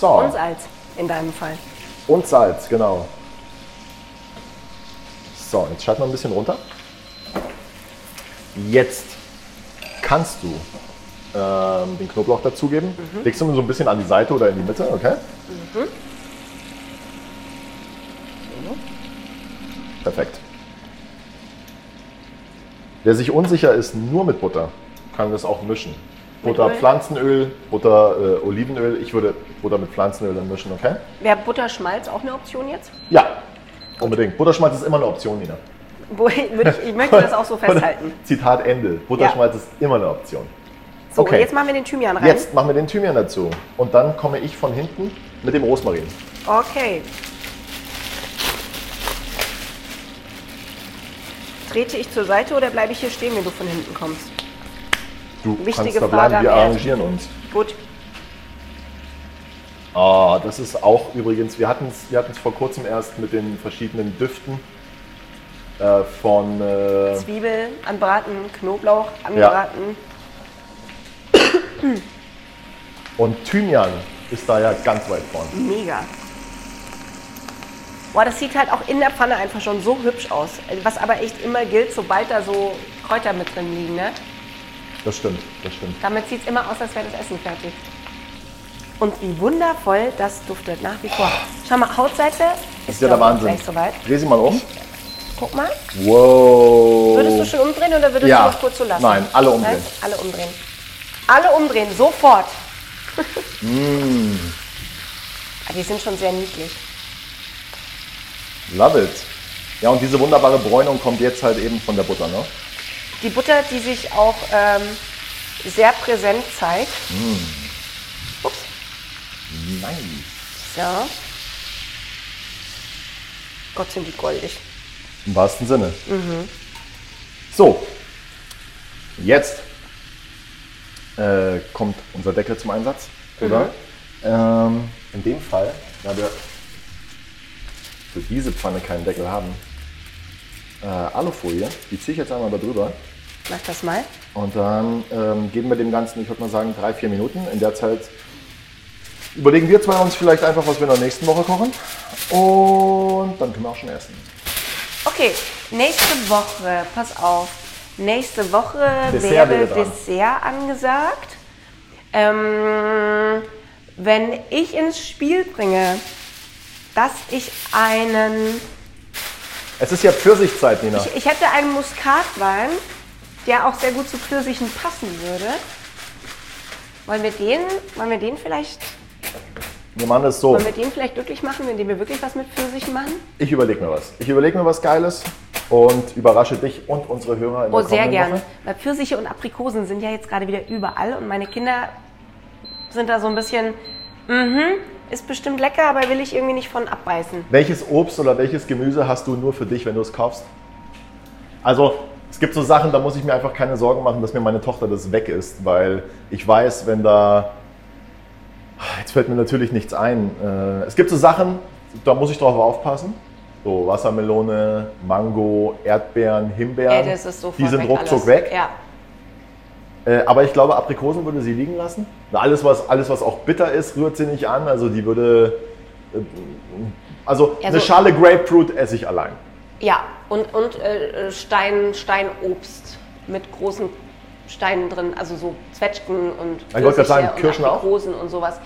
S2: So.
S3: Und Salz, in deinem Fall.
S2: Und Salz, genau. So, jetzt schalten wir ein bisschen runter. Jetzt kannst du ähm, den Knoblauch dazugeben. Legst du ihn so ein bisschen an die Seite oder in die Mitte, okay? Perfekt. Wer sich unsicher ist, nur mit Butter, kann das auch mischen. Butter
S3: Öl?
S2: Pflanzenöl, Butter äh, Olivenöl. Ich würde Butter mit Pflanzenöl dann mischen, okay?
S3: Wäre Butterschmalz auch eine Option jetzt?
S2: Ja, unbedingt. Butterschmalz ist immer eine Option, Nina.
S3: Wo, würd ich, ich möchte das auch so festhalten.
S2: Zitat Ende. Butterschmalz ist immer eine Option.
S3: So,
S2: Okay.
S3: jetzt machen wir den Thymian rein.
S2: Jetzt machen wir den Thymian dazu. Und dann komme ich von hinten Mit dem Rosmarin.
S3: Okay. Trete ich zur Seite oder bleibe ich hier stehen, wenn du von hinten kommst?
S2: Du
S3: Wichtige
S2: kannst
S3: Frage
S2: da bleiben,
S3: am
S2: wir
S3: Erd.
S2: arrangieren uns.
S3: Gut.
S2: Ah, das ist auch übrigens, wir hatten es wir hatten's vor kurzem erst mit den verschiedenen Düften äh, von äh,
S3: Zwiebel anbraten, Knoblauch anbraten.
S2: und Thymian ist da ja ganz weit vorn.
S3: Mega. Boah, das sieht halt auch in der Pfanne einfach schon so hübsch aus. Was aber echt immer gilt, sobald da so Kräuter mit drin liegen. Ne?
S2: Das stimmt, das stimmt.
S3: Damit sieht es immer aus, als wäre das Essen fertig. Und wie wundervoll das duftet nach wie vor. Schau mal, Hautseite
S2: Das ist ja der
S3: glaub ich,
S2: Wahnsinn.
S3: gleich soweit.
S2: Dreh sie mal um.
S3: Guck mal.
S2: Wow.
S3: Würdest du schon umdrehen oder würdest
S2: Ja.
S3: du das kurz so lassen?
S2: Nein, alle umdrehen.
S3: Nein? Alle umdrehen. Alle umdrehen, sofort. Ah, Die sind schon sehr niedlich.
S2: Love it. Ja, und diese wunderbare Bräunung kommt jetzt halt eben von der Butter, ne?
S3: Die Butter, die sich auch ähm, sehr präsent zeigt. Ups.
S2: Nein.
S3: Ja. Gott, sind die goldig.
S2: Im wahrsten Sinne. So, jetzt äh, kommt unser Deckel zum Einsatz, oder? Ähm, in dem Fall, da wir für diese Pfanne keinen Deckel haben, äh, Alufolie, die ziehe ich jetzt einmal da drüber
S3: Mach das mal.
S2: und dann ähm, geben wir dem Ganzen, ich würde mal sagen, drei, vier Minuten. In der Zeit überlegen wir zwei uns vielleicht einfach, was wir in der nächsten Woche kochen und dann können wir auch schon essen.
S3: Okay, nächste Woche, pass auf. Nächste Woche
S2: Dessert
S3: wäre
S2: wäre dran.
S3: Dessert angesagt. Ähm, wenn ich ins Spiel bringe, dass ich einen.
S2: Es ist ja Pfirsichzeit, Nina.
S3: Ich hätte einen Muskatwein, der auch sehr gut zu Pfirsichen passen würde. Wollen wir den, wollen wir den vielleicht,
S2: Wir machen das so.
S3: wollen wir den vielleicht glücklich machen, indem wir wirklich was mit Pfirsichen machen?
S2: Ich überlege mir was. Ich überlege mir was Geiles und überrasche dich und unsere Hörer in
S3: Oh,
S2: der kommenden
S3: sehr gerne.
S2: Woche.
S3: Weil Pfirsiche und Aprikosen sind ja jetzt gerade wieder überall und meine Kinder sind da so ein bisschen, mhm, ist bestimmt lecker, aber will ich irgendwie nicht von abbeißen.
S2: Welches Obst oder welches Gemüse hast du nur für dich, wenn du es kaufst? Also, es gibt so Sachen, da muss ich mir einfach keine Sorgen machen, dass mir meine Tochter das weg ist, weil ich weiß, wenn da. Jetzt fällt mir natürlich nichts ein. Äh, Es gibt so Sachen, da muss ich drauf aufpassen. So Wassermelone, Mango, Erdbeeren, Himbeeren.
S3: Ey, das ist sofort
S2: Die sind
S3: weg
S2: ruckzuck
S3: alles.
S2: weg.
S3: Ja.
S2: Äh, aber ich glaube, Aprikosen würde sie liegen lassen. Na, Alles was, alles, was auch bitter ist, rührt sie nicht an. Also die würde. äh, Also, eine
S3: so-
S2: Schale Grapefruit esse ich allein.
S3: Ja, und, und äh, Stein, Steinobst mit großen Steinen drin, also so Zwetschgen und
S2: Ich wollte gerade sagen,
S3: Pfirsiche und
S2: Kirschen auch?
S3: Aprikosen und sowas.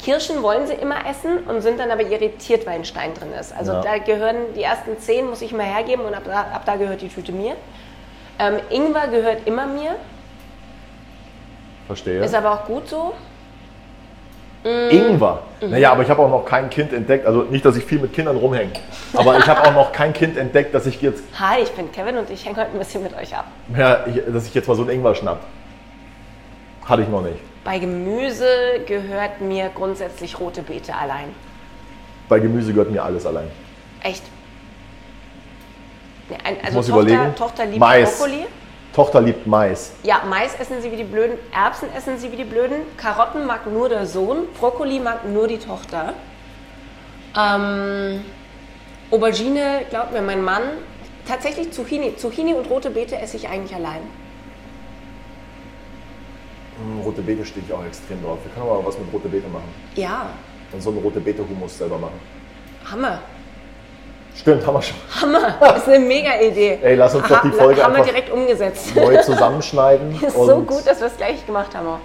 S3: Kirschen wollen sie immer essen und sind dann aber irritiert, weil ein Stein drin ist. Also
S2: Ja.
S3: da gehören die ersten zehn, muss ich mal hergeben und ab da, ab da gehört die Tüte mir. Ähm, Ingwer gehört immer mir,
S2: Verstehe.
S3: ist aber auch gut so.
S2: Ingwer.
S3: Mhm.
S2: Naja, aber ich habe auch noch kein Kind entdeckt. Also nicht, dass ich viel mit Kindern rumhänge. Aber ich habe auch noch kein Kind entdeckt, dass ich jetzt,
S3: Hi, ich bin Kevin und ich hänge heute ein bisschen mit euch ab.
S2: ja, ich, dass ich jetzt mal so einen Ingwer schnapp. Hatte ich noch nicht.
S3: Bei Gemüse gehört mir grundsätzlich rote Beete allein.
S2: Bei Gemüse gehört mir alles allein.
S3: Echt? Nee, ein, also
S2: muss
S3: Tochter,
S2: überlegen.
S3: Tochter liebt
S2: Mais.
S3: Brokkoli.
S2: Tochter liebt Mais.
S3: Ja, Mais essen sie wie die Blöden, Erbsen essen sie wie die Blöden, Karotten mag nur der Sohn, Brokkoli mag nur die Tochter. Ähm, Aubergine, glaubt mir mein Mann, tatsächlich Zucchini. Zucchini und rote Beete esse ich eigentlich allein.
S2: Hm, Rote Beete stehe ich auch extrem drauf. Wir können aber was mit Rote Beete machen.
S3: Ja,
S2: Und so einen Rote Beete-Humus selber machen.
S3: Hammer.
S2: Stimmt, haben wir schon.
S3: Das ist eine mega Idee.
S2: Ey, lass uns doch die Folge
S3: Haben wir
S2: einfach-
S3: direkt umgesetzt.
S2: neu zusammenschneiden.
S3: Ist
S2: und
S3: so gut, dass wir es gleich gemacht haben. Auch.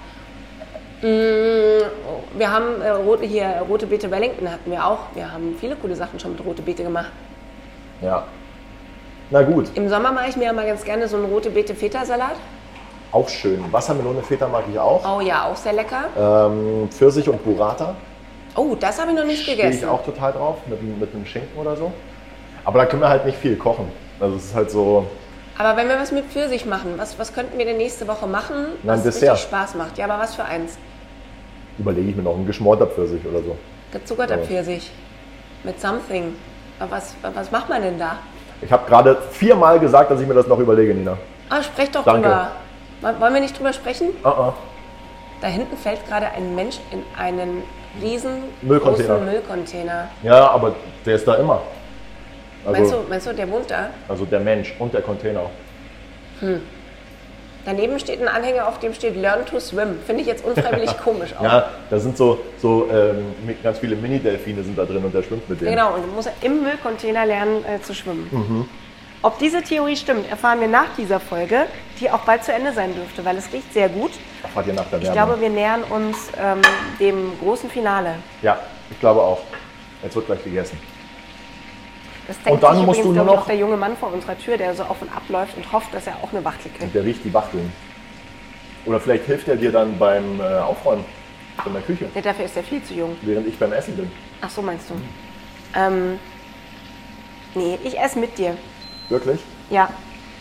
S3: Mm, oh, Wir haben äh, rote, hier rote Beete Wellington hatten wir auch. Wir haben viele coole Sachen schon mit rote Beete gemacht.
S2: Ja. Na gut,
S3: Im Sommer mache ich mir ja mal ganz gerne so einen rote Beete Feta-Salat.
S2: auch schön. Wassermelone Feta mag ich auch.
S3: Oh ja, auch sehr lecker.
S2: Ähm, Pfirsich und Burrata
S3: Oh, das habe ich noch nicht
S2: stehe ich
S3: gegessen.
S2: auch total drauf, mit, mit einem Schinken oder so. Aber da können wir halt nicht viel kochen. Also es ist halt so,
S3: Aber wenn wir was mit Pfirsich machen, was, was könnten wir denn nächste Woche machen,
S2: Na, ein
S3: was
S2: Dessert.
S3: richtig Spaß macht? Ja, aber was für eins?
S2: überlege ich mir noch, ein geschmorter Pfirsich oder so.
S3: Gezuckerter Pfirsich. Mit something. Aber was, was macht man denn da?
S2: Ich habe gerade viermal gesagt, dass ich mir das noch überlege, Nina.
S3: Ah, sprech doch
S2: Danke.
S3: drüber. Woll- Wollen wir nicht drüber sprechen?
S2: Ah, ah.
S3: Da hinten fällt gerade ein Mensch in einen riesen
S2: Müllcontainer.
S3: großen Müllcontainer.
S2: Ja, aber der ist da immer.
S3: Meinst, du,
S2: Also,
S3: meinst du, der wohnt da?
S2: also der Mensch und der Container.
S3: Daneben steht ein Anhänger, auf dem steht Learn to Swim. Finde ich jetzt unfreiwillig komisch auch.
S2: Ja, da sind so, so ähm, mi- ganz viele Mini-Delfine sind da drin und der schwimmt mit denen.
S3: Genau, und du musst im Müllcontainer lernen äh, zu schwimmen.
S2: Mhm.
S3: Ob diese Theorie stimmt, erfahren wir nach dieser Folge, die auch bald zu Ende sein dürfte, weil es riecht sehr gut.
S2: Fahrt ihr nach der
S3: Ich
S2: Werbung.
S3: glaube, wir nähern uns ähm, dem großen Finale.
S2: ja, ich glaube auch. Jetzt wird gleich gegessen.
S3: Das denkt
S2: dann
S3: sich
S2: musst
S3: übrigens,
S2: du
S3: glaub
S2: nur
S3: ich,
S2: noch-
S3: auch der junge Mann vor unserer Tür, der so auf und ab läuft und hofft, dass er auch eine Wachtel kriegt.
S2: Und der riecht die Wachteln. Oder vielleicht hilft er dir dann beim äh, Aufräumen in der Küche,
S3: Nee, dafür ist er viel zu jung.
S2: während ich beim Essen bin.
S3: Ach so, meinst du? Ähm, nee, ich esse mit dir.
S2: Wirklich?
S3: Ja,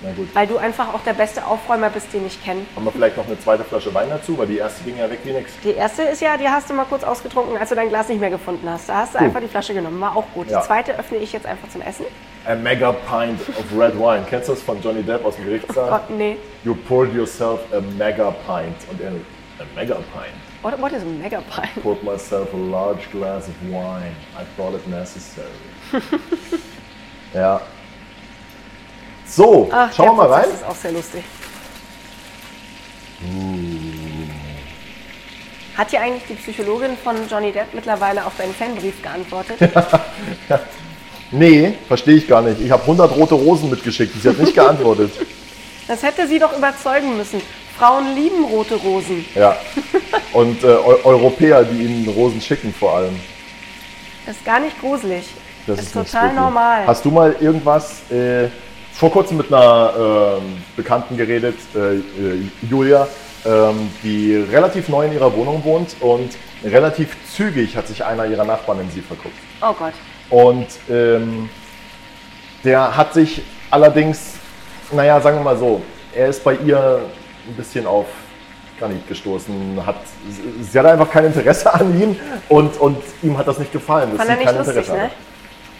S2: Na gut.
S3: weil du einfach auch der beste Aufräumer bist, den ich kenne.
S2: Haben wir vielleicht noch eine zweite Flasche Wein dazu, weil die erste ging ja weg wie nix.
S3: Die erste ist ja, die hast du mal kurz ausgetrunken, als du dein Glas nicht mehr gefunden hast. Da hast du einfach die Flasche genommen, war auch gut.
S2: Ja.
S3: Die zweite öffne ich jetzt einfach zum Essen.
S2: A mega pint of red wine. Kennst du das von Johnny Depp aus dem Gerichtssaal?
S3: Oh, nee.
S2: You poured yourself a mega pint. Und er, a mega pint.
S3: What, what is a mega pint?
S2: Poured myself a large glass of wine. I thought it necessary. ja. So, schauen wir mal rein.
S3: Das ist auch sehr lustig.
S2: Hm.
S3: Hat dir eigentlich die Psychologin von Johnny Depp mittlerweile auf deinen Fanbrief geantwortet?
S2: Nee, verstehe ich gar nicht. Ich habe 100 rote Rosen mitgeschickt. Sie hat nicht geantwortet.
S3: Das hätte sie doch überzeugen müssen. Frauen lieben rote Rosen.
S2: ja. Und äh, Eu Europäer, die ihnen Rosen schicken vor allem.
S3: Das ist gar nicht gruselig.
S2: Das
S3: ist
S2: nicht
S3: total
S2: spooky.
S3: normal.
S2: Hast du mal irgendwas äh, vor kurzem mit einer ähm, Bekannten geredet, äh, äh, Julia, ähm, die relativ neu in ihrer Wohnung wohnt und relativ zügig hat sich einer ihrer Nachbarn in sie verguckt.
S3: oh Gott.
S2: Und ähm, der hat sich allerdings, naja, sagen wir mal so, er ist bei ihr ein bisschen auf Granit gestoßen, hat, sie hat einfach kein Interesse an ihm und, und ihm hat das nicht gefallen, dass
S3: Fand
S2: sie
S3: er
S2: kein
S3: nicht lustig,
S2: Interesse
S3: ne?
S2: hat.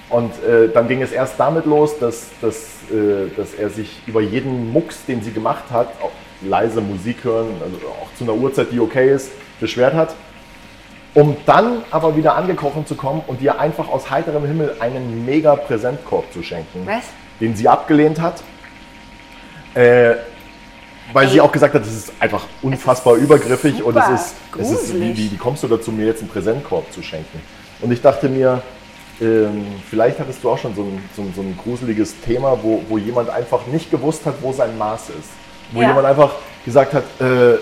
S2: Und äh, dann ging es erst damit los, dass, dass, äh, dass er sich über jeden Mucks, den sie gemacht hat, auch leise Musik hören, also auch zu einer Uhrzeit, die okay ist, beschwert hat um dann aber wieder angekrochen zu kommen und ihr einfach aus heiterem Himmel einen mega Präsentkorb zu schenken,
S3: Was?
S2: den sie abgelehnt hat, äh, weil sie auch gesagt hat, das ist einfach unfassbar übergriffig und es
S3: super
S2: ist, es ist wie,
S3: gruselig.
S2: wie, wie kommst du dazu, mir jetzt einen Präsentkorb zu schenken? Und ich dachte mir, ähm, vielleicht hattest du auch schon so ein, so ein, so ein gruseliges Thema, wo, wo jemand einfach nicht gewusst hat, wo sein Maß ist. Wo
S3: Ja.
S2: jemand einfach gesagt hat, äh,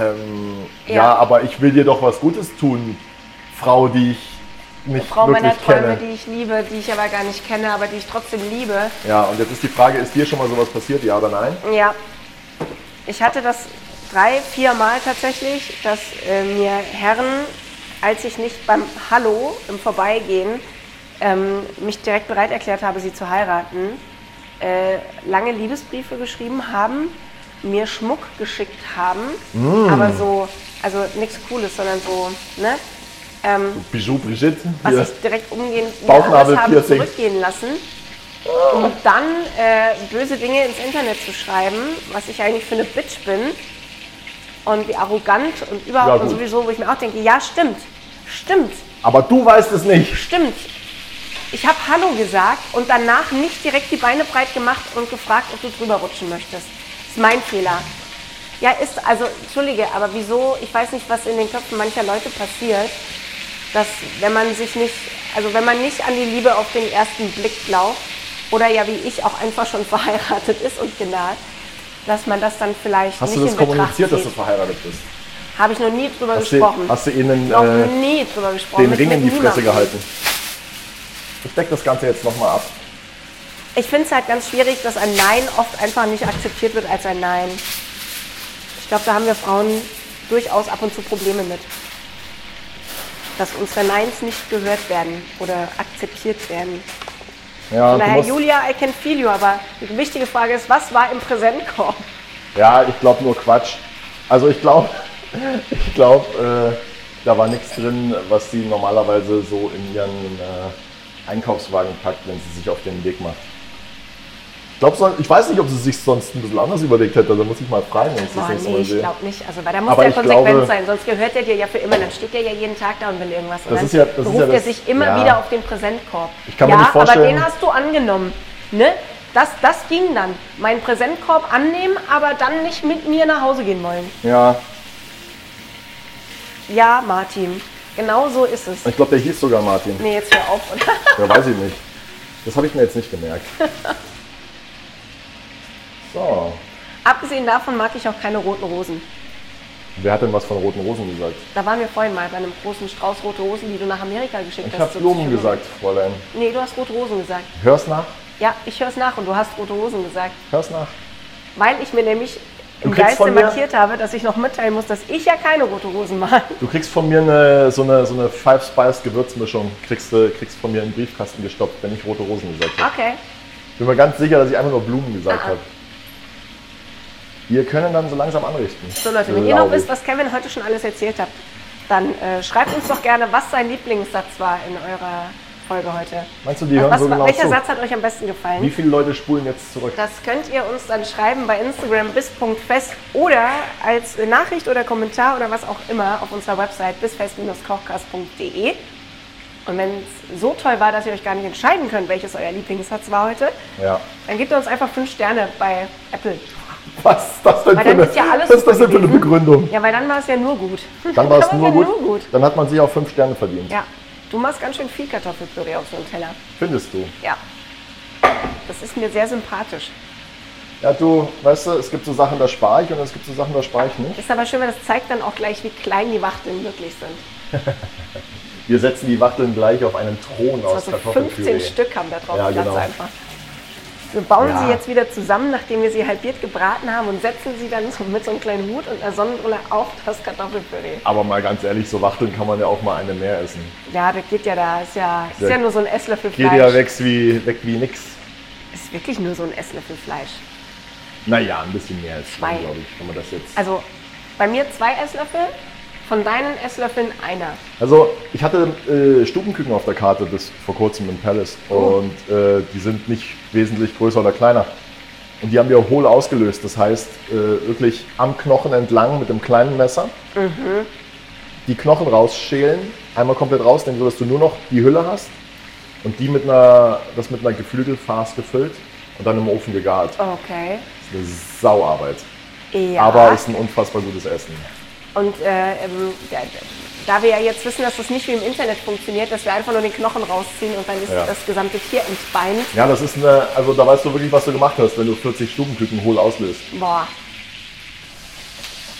S2: ähm, ja.
S3: Ja.
S2: aber ich will dir doch was Gutes tun, Frau, die ich nicht
S3: Frau meiner
S2: wirklich
S3: Träume,
S2: kenne.
S3: die ich liebe, die ich aber gar nicht kenne, aber die ich trotzdem liebe.
S2: Ja, und jetzt ist die Frage, ist dir schon mal sowas passiert, ja oder nein?
S3: Ja. Ich hatte das drei, vier Mal tatsächlich, dass äh, mir Herren, als ich nicht beim Hallo im Vorbeigehen ähm, mich direkt bereit erklärt habe, sie zu heiraten, äh, lange Liebesbriefe geschrieben haben, mir Schmuck geschickt haben, aber so, also nichts Cooles, sondern so, ne? Ähm,
S2: Bijou Brigitte?
S3: was
S2: hier.
S3: ich direkt umgehend
S2: Bauchnabel-
S3: alles habe
S2: Piercing. Ah.
S3: zurückgehen lassen. Und dann äh, böse Dinge ins Internet zu schreiben, was ich eigentlich für eine Bitch bin. Und wie arrogant und überhaupt
S2: Ja,
S3: und
S2: gut.
S3: sowieso, wo ich mir auch denke, ja stimmt, stimmt,
S2: Aber du weißt es nicht.
S3: stimmt. Ich habe Hallo gesagt und danach nicht direkt die Beine breit gemacht und gefragt, ob du drüber rutschen möchtest. Ist mein Fehler. Ja, ist, also, entschuldige, aber wieso, ich weiß nicht, was in den Köpfen mancher Leute passiert, dass wenn man sich nicht, also wenn man nicht an die Liebe auf den ersten Blick glaubt, oder ja wie ich auch einfach schon verheiratet ist und Kinder hat, dass man das dann vielleicht
S2: Hast
S3: nicht
S2: du das
S3: in Betracht
S2: kommuniziert, dass du
S3: zieht.
S2: verheiratet bist?
S3: Habe ich noch nie drüber
S2: Hast du,
S3: gesprochen.
S2: hast du ihnen
S3: noch
S2: äh,
S3: nie drüber gesprochen.
S2: den
S3: Mit-
S2: Ring in die
S3: mit
S2: Fresse
S3: niemandem.
S2: gehalten? Ich decke das Ganze jetzt nochmal ab.
S3: Ich finde es halt ganz schwierig, dass ein Nein oft einfach nicht akzeptiert wird als ein Nein. Ich glaube, da haben wir Frauen durchaus ab und zu Probleme mit. Dass unsere Neins nicht gehört werden oder akzeptiert werden.
S2: Ja, du
S3: Daher,
S2: musst,
S3: Julia, I can feel you, aber die wichtige Frage ist, was war im Präsentkorb?
S2: ja ich glaube nur Quatsch. Also ich glaube, ich glaube, äh, da war nichts drin, was sie normalerweise so in ihren äh, Einkaufswagen packt, wenn sie sich auf den Weg macht. Glaubst du, ich weiß nicht, ob sie sich sonst ein bisschen anders überlegt hätte, da muss ich mal fragen, wenn ich das
S3: Boah,
S2: nächste
S3: nee,
S2: Mal
S3: ich
S2: sehe.
S3: glaube nicht. Also, weil da muss
S2: Aber
S3: der
S2: ich
S3: konsequent
S2: glaube-
S3: sein, sonst gehört er dir ja für immer. Dann steht er ja jeden Tag da und will irgendwas. Und
S2: Das
S3: dann
S2: ist ja- das ist
S3: beruft
S2: ja das-
S3: er sich immer
S2: ja.
S3: wieder auf den Präsentkorb.
S2: Ich kann mir
S3: ja,
S2: nicht vorstellen-
S3: aber den hast du angenommen. Ne? Das, das ging dann. Meinen Präsentkorb annehmen, aber dann nicht mit mir nach Hause gehen wollen.
S2: Ja,
S3: Ja, Martin. Genau so ist es.
S2: ich glaube, der hieß sogar Martin.
S3: Nee, jetzt hör auf.
S2: Ja, weiß ich nicht. Das habe ich mir jetzt nicht gemerkt. So,
S3: Abgesehen davon mag ich auch keine roten Rosen.
S2: wer hat denn was von roten Rosen gesagt?
S3: Da waren wir vorhin mal bei einem großen Strauß rote Rosen, die du nach Amerika geschickt
S2: Ich
S3: hast.
S2: habe
S3: zur
S2: Blumen
S3: Psychologin.
S2: gesagt, Fräulein.
S3: Nee, du hast rote Rosen gesagt.
S2: Hör's nach,
S3: Ja, ich hör's nach und du hast rote Rosen gesagt.
S2: hör's nach.
S3: Weil ich mir nämlich
S2: Du
S3: im
S2: kriegst
S3: Geiste
S2: von mir-
S3: markiert habe, dass ich noch mitteilen muss, dass ich ja keine rote Rosen mag.
S2: Du kriegst von mir eine, so eine, so eine Five Spice Gewürzmischung, kriegst, du- kriegst von mir einen Briefkasten gestoppt, wenn ich rote Rosen gesagt habe.
S3: Okay.
S2: Bin mir ganz sicher, dass ich einfach nur Blumen gesagt
S3: Ah.
S2: habe. Wir können dann so langsam anrichten.
S3: So Leute, wenn ihr
S2: Glaub
S3: noch wisst,
S2: ich.
S3: was Kevin heute schon alles erzählt hat, dann äh, schreibt uns doch gerne, was sein Lieblingssatz war in eurer Folge heute.
S2: Meinst du, die hören
S3: was,
S2: so genau
S3: welcher
S2: zu?
S3: Satz hat euch am besten gefallen?
S2: Wie viele Leute spulen jetzt zurück?
S3: Das könnt ihr uns dann schreiben bei Instagram bis.fest oder als Nachricht oder Kommentar oder was auch immer auf unserer Website bisfest-kochkast.de. Und wenn es so toll war, dass ihr euch gar nicht entscheiden könnt, welches euer Lieblingssatz war heute,
S2: Ja.
S3: dann gebt ihr uns einfach fünf Sterne bei Apple.
S2: Was ist das denn
S3: Weil
S2: für
S3: dann
S2: eine,
S3: ist ja alles
S2: was ist das
S3: super
S2: denn für eine
S3: gewesen.
S2: Begründung?
S3: Ja, weil dann war es ja nur gut.
S2: Dann war es
S3: war's
S2: nur
S3: ja
S2: gut, Dann hat man sich auch fünf Sterne verdient.
S3: Ja, du machst ganz schön viel Kartoffelpüree auf so einen Teller.
S2: Findest du?
S3: Ja, das ist mir sehr sympathisch.
S2: Ja, du, weißt du, es gibt so Sachen, da spare ich und es gibt so Sachen, da spare ich nicht.
S3: Ist aber schön, weil das zeigt dann auch gleich, wie klein die Wachteln wirklich sind.
S2: Wir setzen die Wachteln gleich auf einen Thron aus
S3: Also 15
S2: Kartoffelpüree.
S3: Stück haben da drauf
S2: Ja,
S3: Platz
S2: genau.
S3: einfach. Wir bauen
S2: Ja.
S3: sie jetzt wieder zusammen, nachdem wir sie halbiert gebraten haben und setzen sie dann so mit so einem kleinen Hut und einer Sonnenbrille auf das Kartoffelpüree.
S2: Aber mal ganz ehrlich, so Wachteln kann man ja auch mal eine mehr essen.
S3: Ja, das geht ja da. Ist ja, ist
S2: Ja.
S3: ja nur so ein Esslöffel
S2: Geht
S3: Fleisch.
S2: ja weg wie, weg wie nix.
S3: Ist wirklich nur so ein Esslöffel Fleisch.
S2: Naja, ein bisschen mehr als zwei,
S3: Zwei.
S2: glaube ich, wenn man das jetzt.
S3: Also bei mir zwei Esslöffel, von deinen Esslöffeln einer.
S2: Also, ich hatte äh, Stubenküken auf der Karte bis vor kurzem im Palace und äh, die sind nicht wesentlich größer oder kleiner. Und die haben wir hohl ausgelöst, das heißt äh, wirklich am Knochen entlang mit dem kleinen Messer die Knochen rausschälen, einmal komplett rausnehmen, sodass du nur noch die Hülle hast und die mit einer, das mit einer Geflügelfarce gefüllt und dann im Ofen gegart.
S3: Okay.
S2: Das ist eine Sauarbeit.
S3: Ja.
S2: Aber ist ein unfassbar gutes Essen.
S3: Und äh, ähm, da, da wir ja jetzt wissen, dass das nicht wie im Internet funktioniert, dass wir einfach nur den Knochen rausziehen und dann ist
S2: Ja.
S3: das gesamte Tier entbeint.
S2: Ja, das ist eine, also da weißt du wirklich, was du gemacht hast, wenn du 40 Stubenküken hohl auslöst.
S3: Boah.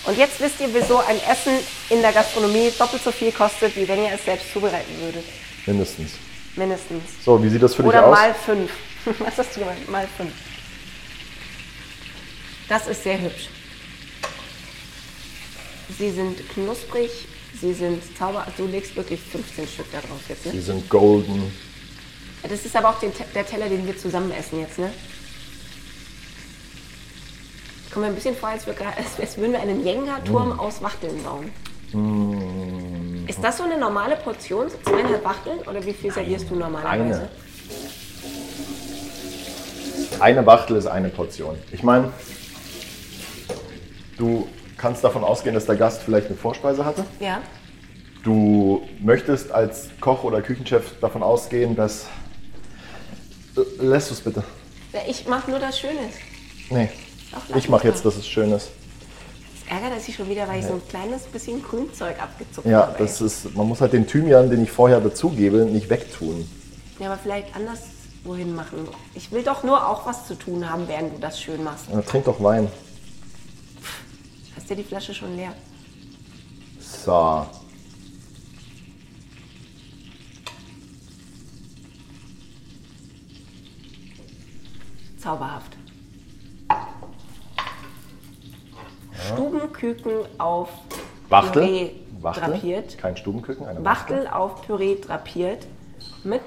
S3: Und jetzt wisst ihr, wieso ein Essen in der Gastronomie doppelt so viel kostet, wie wenn ihr es selbst zubereiten würdet.
S2: Mindestens.
S3: Mindestens.
S2: So, wie sieht das für dich
S3: Oder
S2: aus?
S3: mal fünf. Was hast du gemeint? Mal fünf. Das ist sehr hübsch. Sie sind knusprig, sie sind zauber. Du legst wirklich 15 Stück da drauf jetzt,
S2: Die
S3: ne?
S2: sind golden.
S3: Das ist aber auch den, Te- der Teller, den wir zusammen essen jetzt, ne? Kommt mir ein bisschen vor, als, wir, gra- als, als würden wir einen Jenga-Turm
S2: Hm.
S3: aus Wachteln bauen. Ist das so eine normale Portion, so zweieinhalb Wachteln? Oder wie viel servierst du normalerweise?
S2: Eine. Eine Wachtel ist eine Portion. Ich meine, du kannst davon ausgehen, dass der Gast vielleicht eine Vorspeise hatte.
S3: Ja.
S2: Du möchtest als Koch oder Küchenchef davon ausgehen, dass... L- Lässt du es bitte.
S3: Ja, Ich mache nur das Schöne.
S2: Nee.
S3: Doch, lass
S2: Ich mache
S3: uns
S2: jetzt,
S3: mal.
S2: dass es schön ist.
S3: Es ärgert sich schon wieder, weil ich so ein kleines bisschen Grünzeug abgezogen
S2: Ja,
S3: habe.
S2: das ist, man muss halt den Thymian, den ich vorher dazugebe, nicht wegtun.
S3: ja, aber vielleicht anders wohin machen. Ich will doch nur auch was zu tun haben, während du das schön machst.
S2: Na, trink doch Wein.
S3: Hast dir die Flasche schon leer?
S2: So.
S3: Zauberhaft. Stubenküken auf
S2: Wachtel.
S3: Püree
S2: Wachtel.
S3: drapiert.
S2: Kein Stubenküken, eine Wachtel.
S3: Wachtel auf Püree drapiert. Mit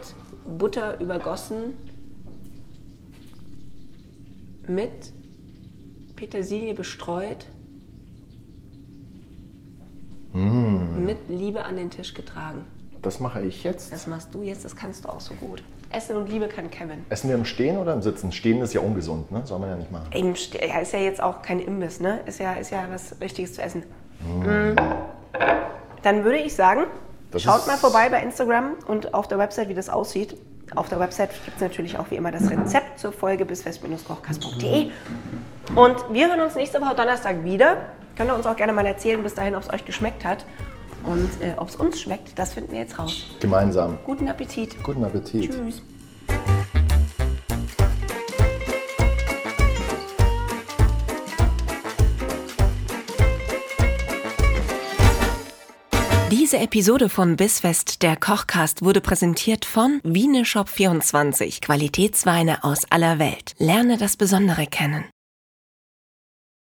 S3: Butter übergossen. Mit Petersilie bestreut.
S1: mit Liebe an den Tisch getragen.
S2: Das mache ich jetzt.
S1: Das machst du jetzt, das kannst du auch so gut. Essen und Liebe kann Kevin.
S2: Essen wir im Stehen oder im Sitzen? Stehen ist ja ungesund, ne? Soll man ja nicht machen.
S3: Eben, ste- ja, ist ja jetzt auch kein Imbiss, ne? Ist ja, ist ja was Richtiges zu essen. Mm. Dann würde ich sagen,
S2: Mhm. Das
S3: schaut
S2: ist-
S3: mal vorbei bei Instagram und auf der Website, wie das aussieht. Auf der Website gibt es natürlich auch wie immer das Rezept zur Folge bis kochkastde Und wir hören uns nächste Woche Donnerstag wieder. Könnt ihr uns auch gerne mal erzählen bis dahin, ob es euch geschmeckt hat. Und äh, ob es uns schmeckt, das finden wir jetzt raus.
S2: Gemeinsam.
S3: Guten Appetit.
S2: Guten Appetit.
S3: Tschüss.
S1: Diese Episode von Bissfest, der Kochcast, wurde präsentiert von Wieneshop24, Qualitätsweine aus aller Welt. Lerne das Besondere kennen.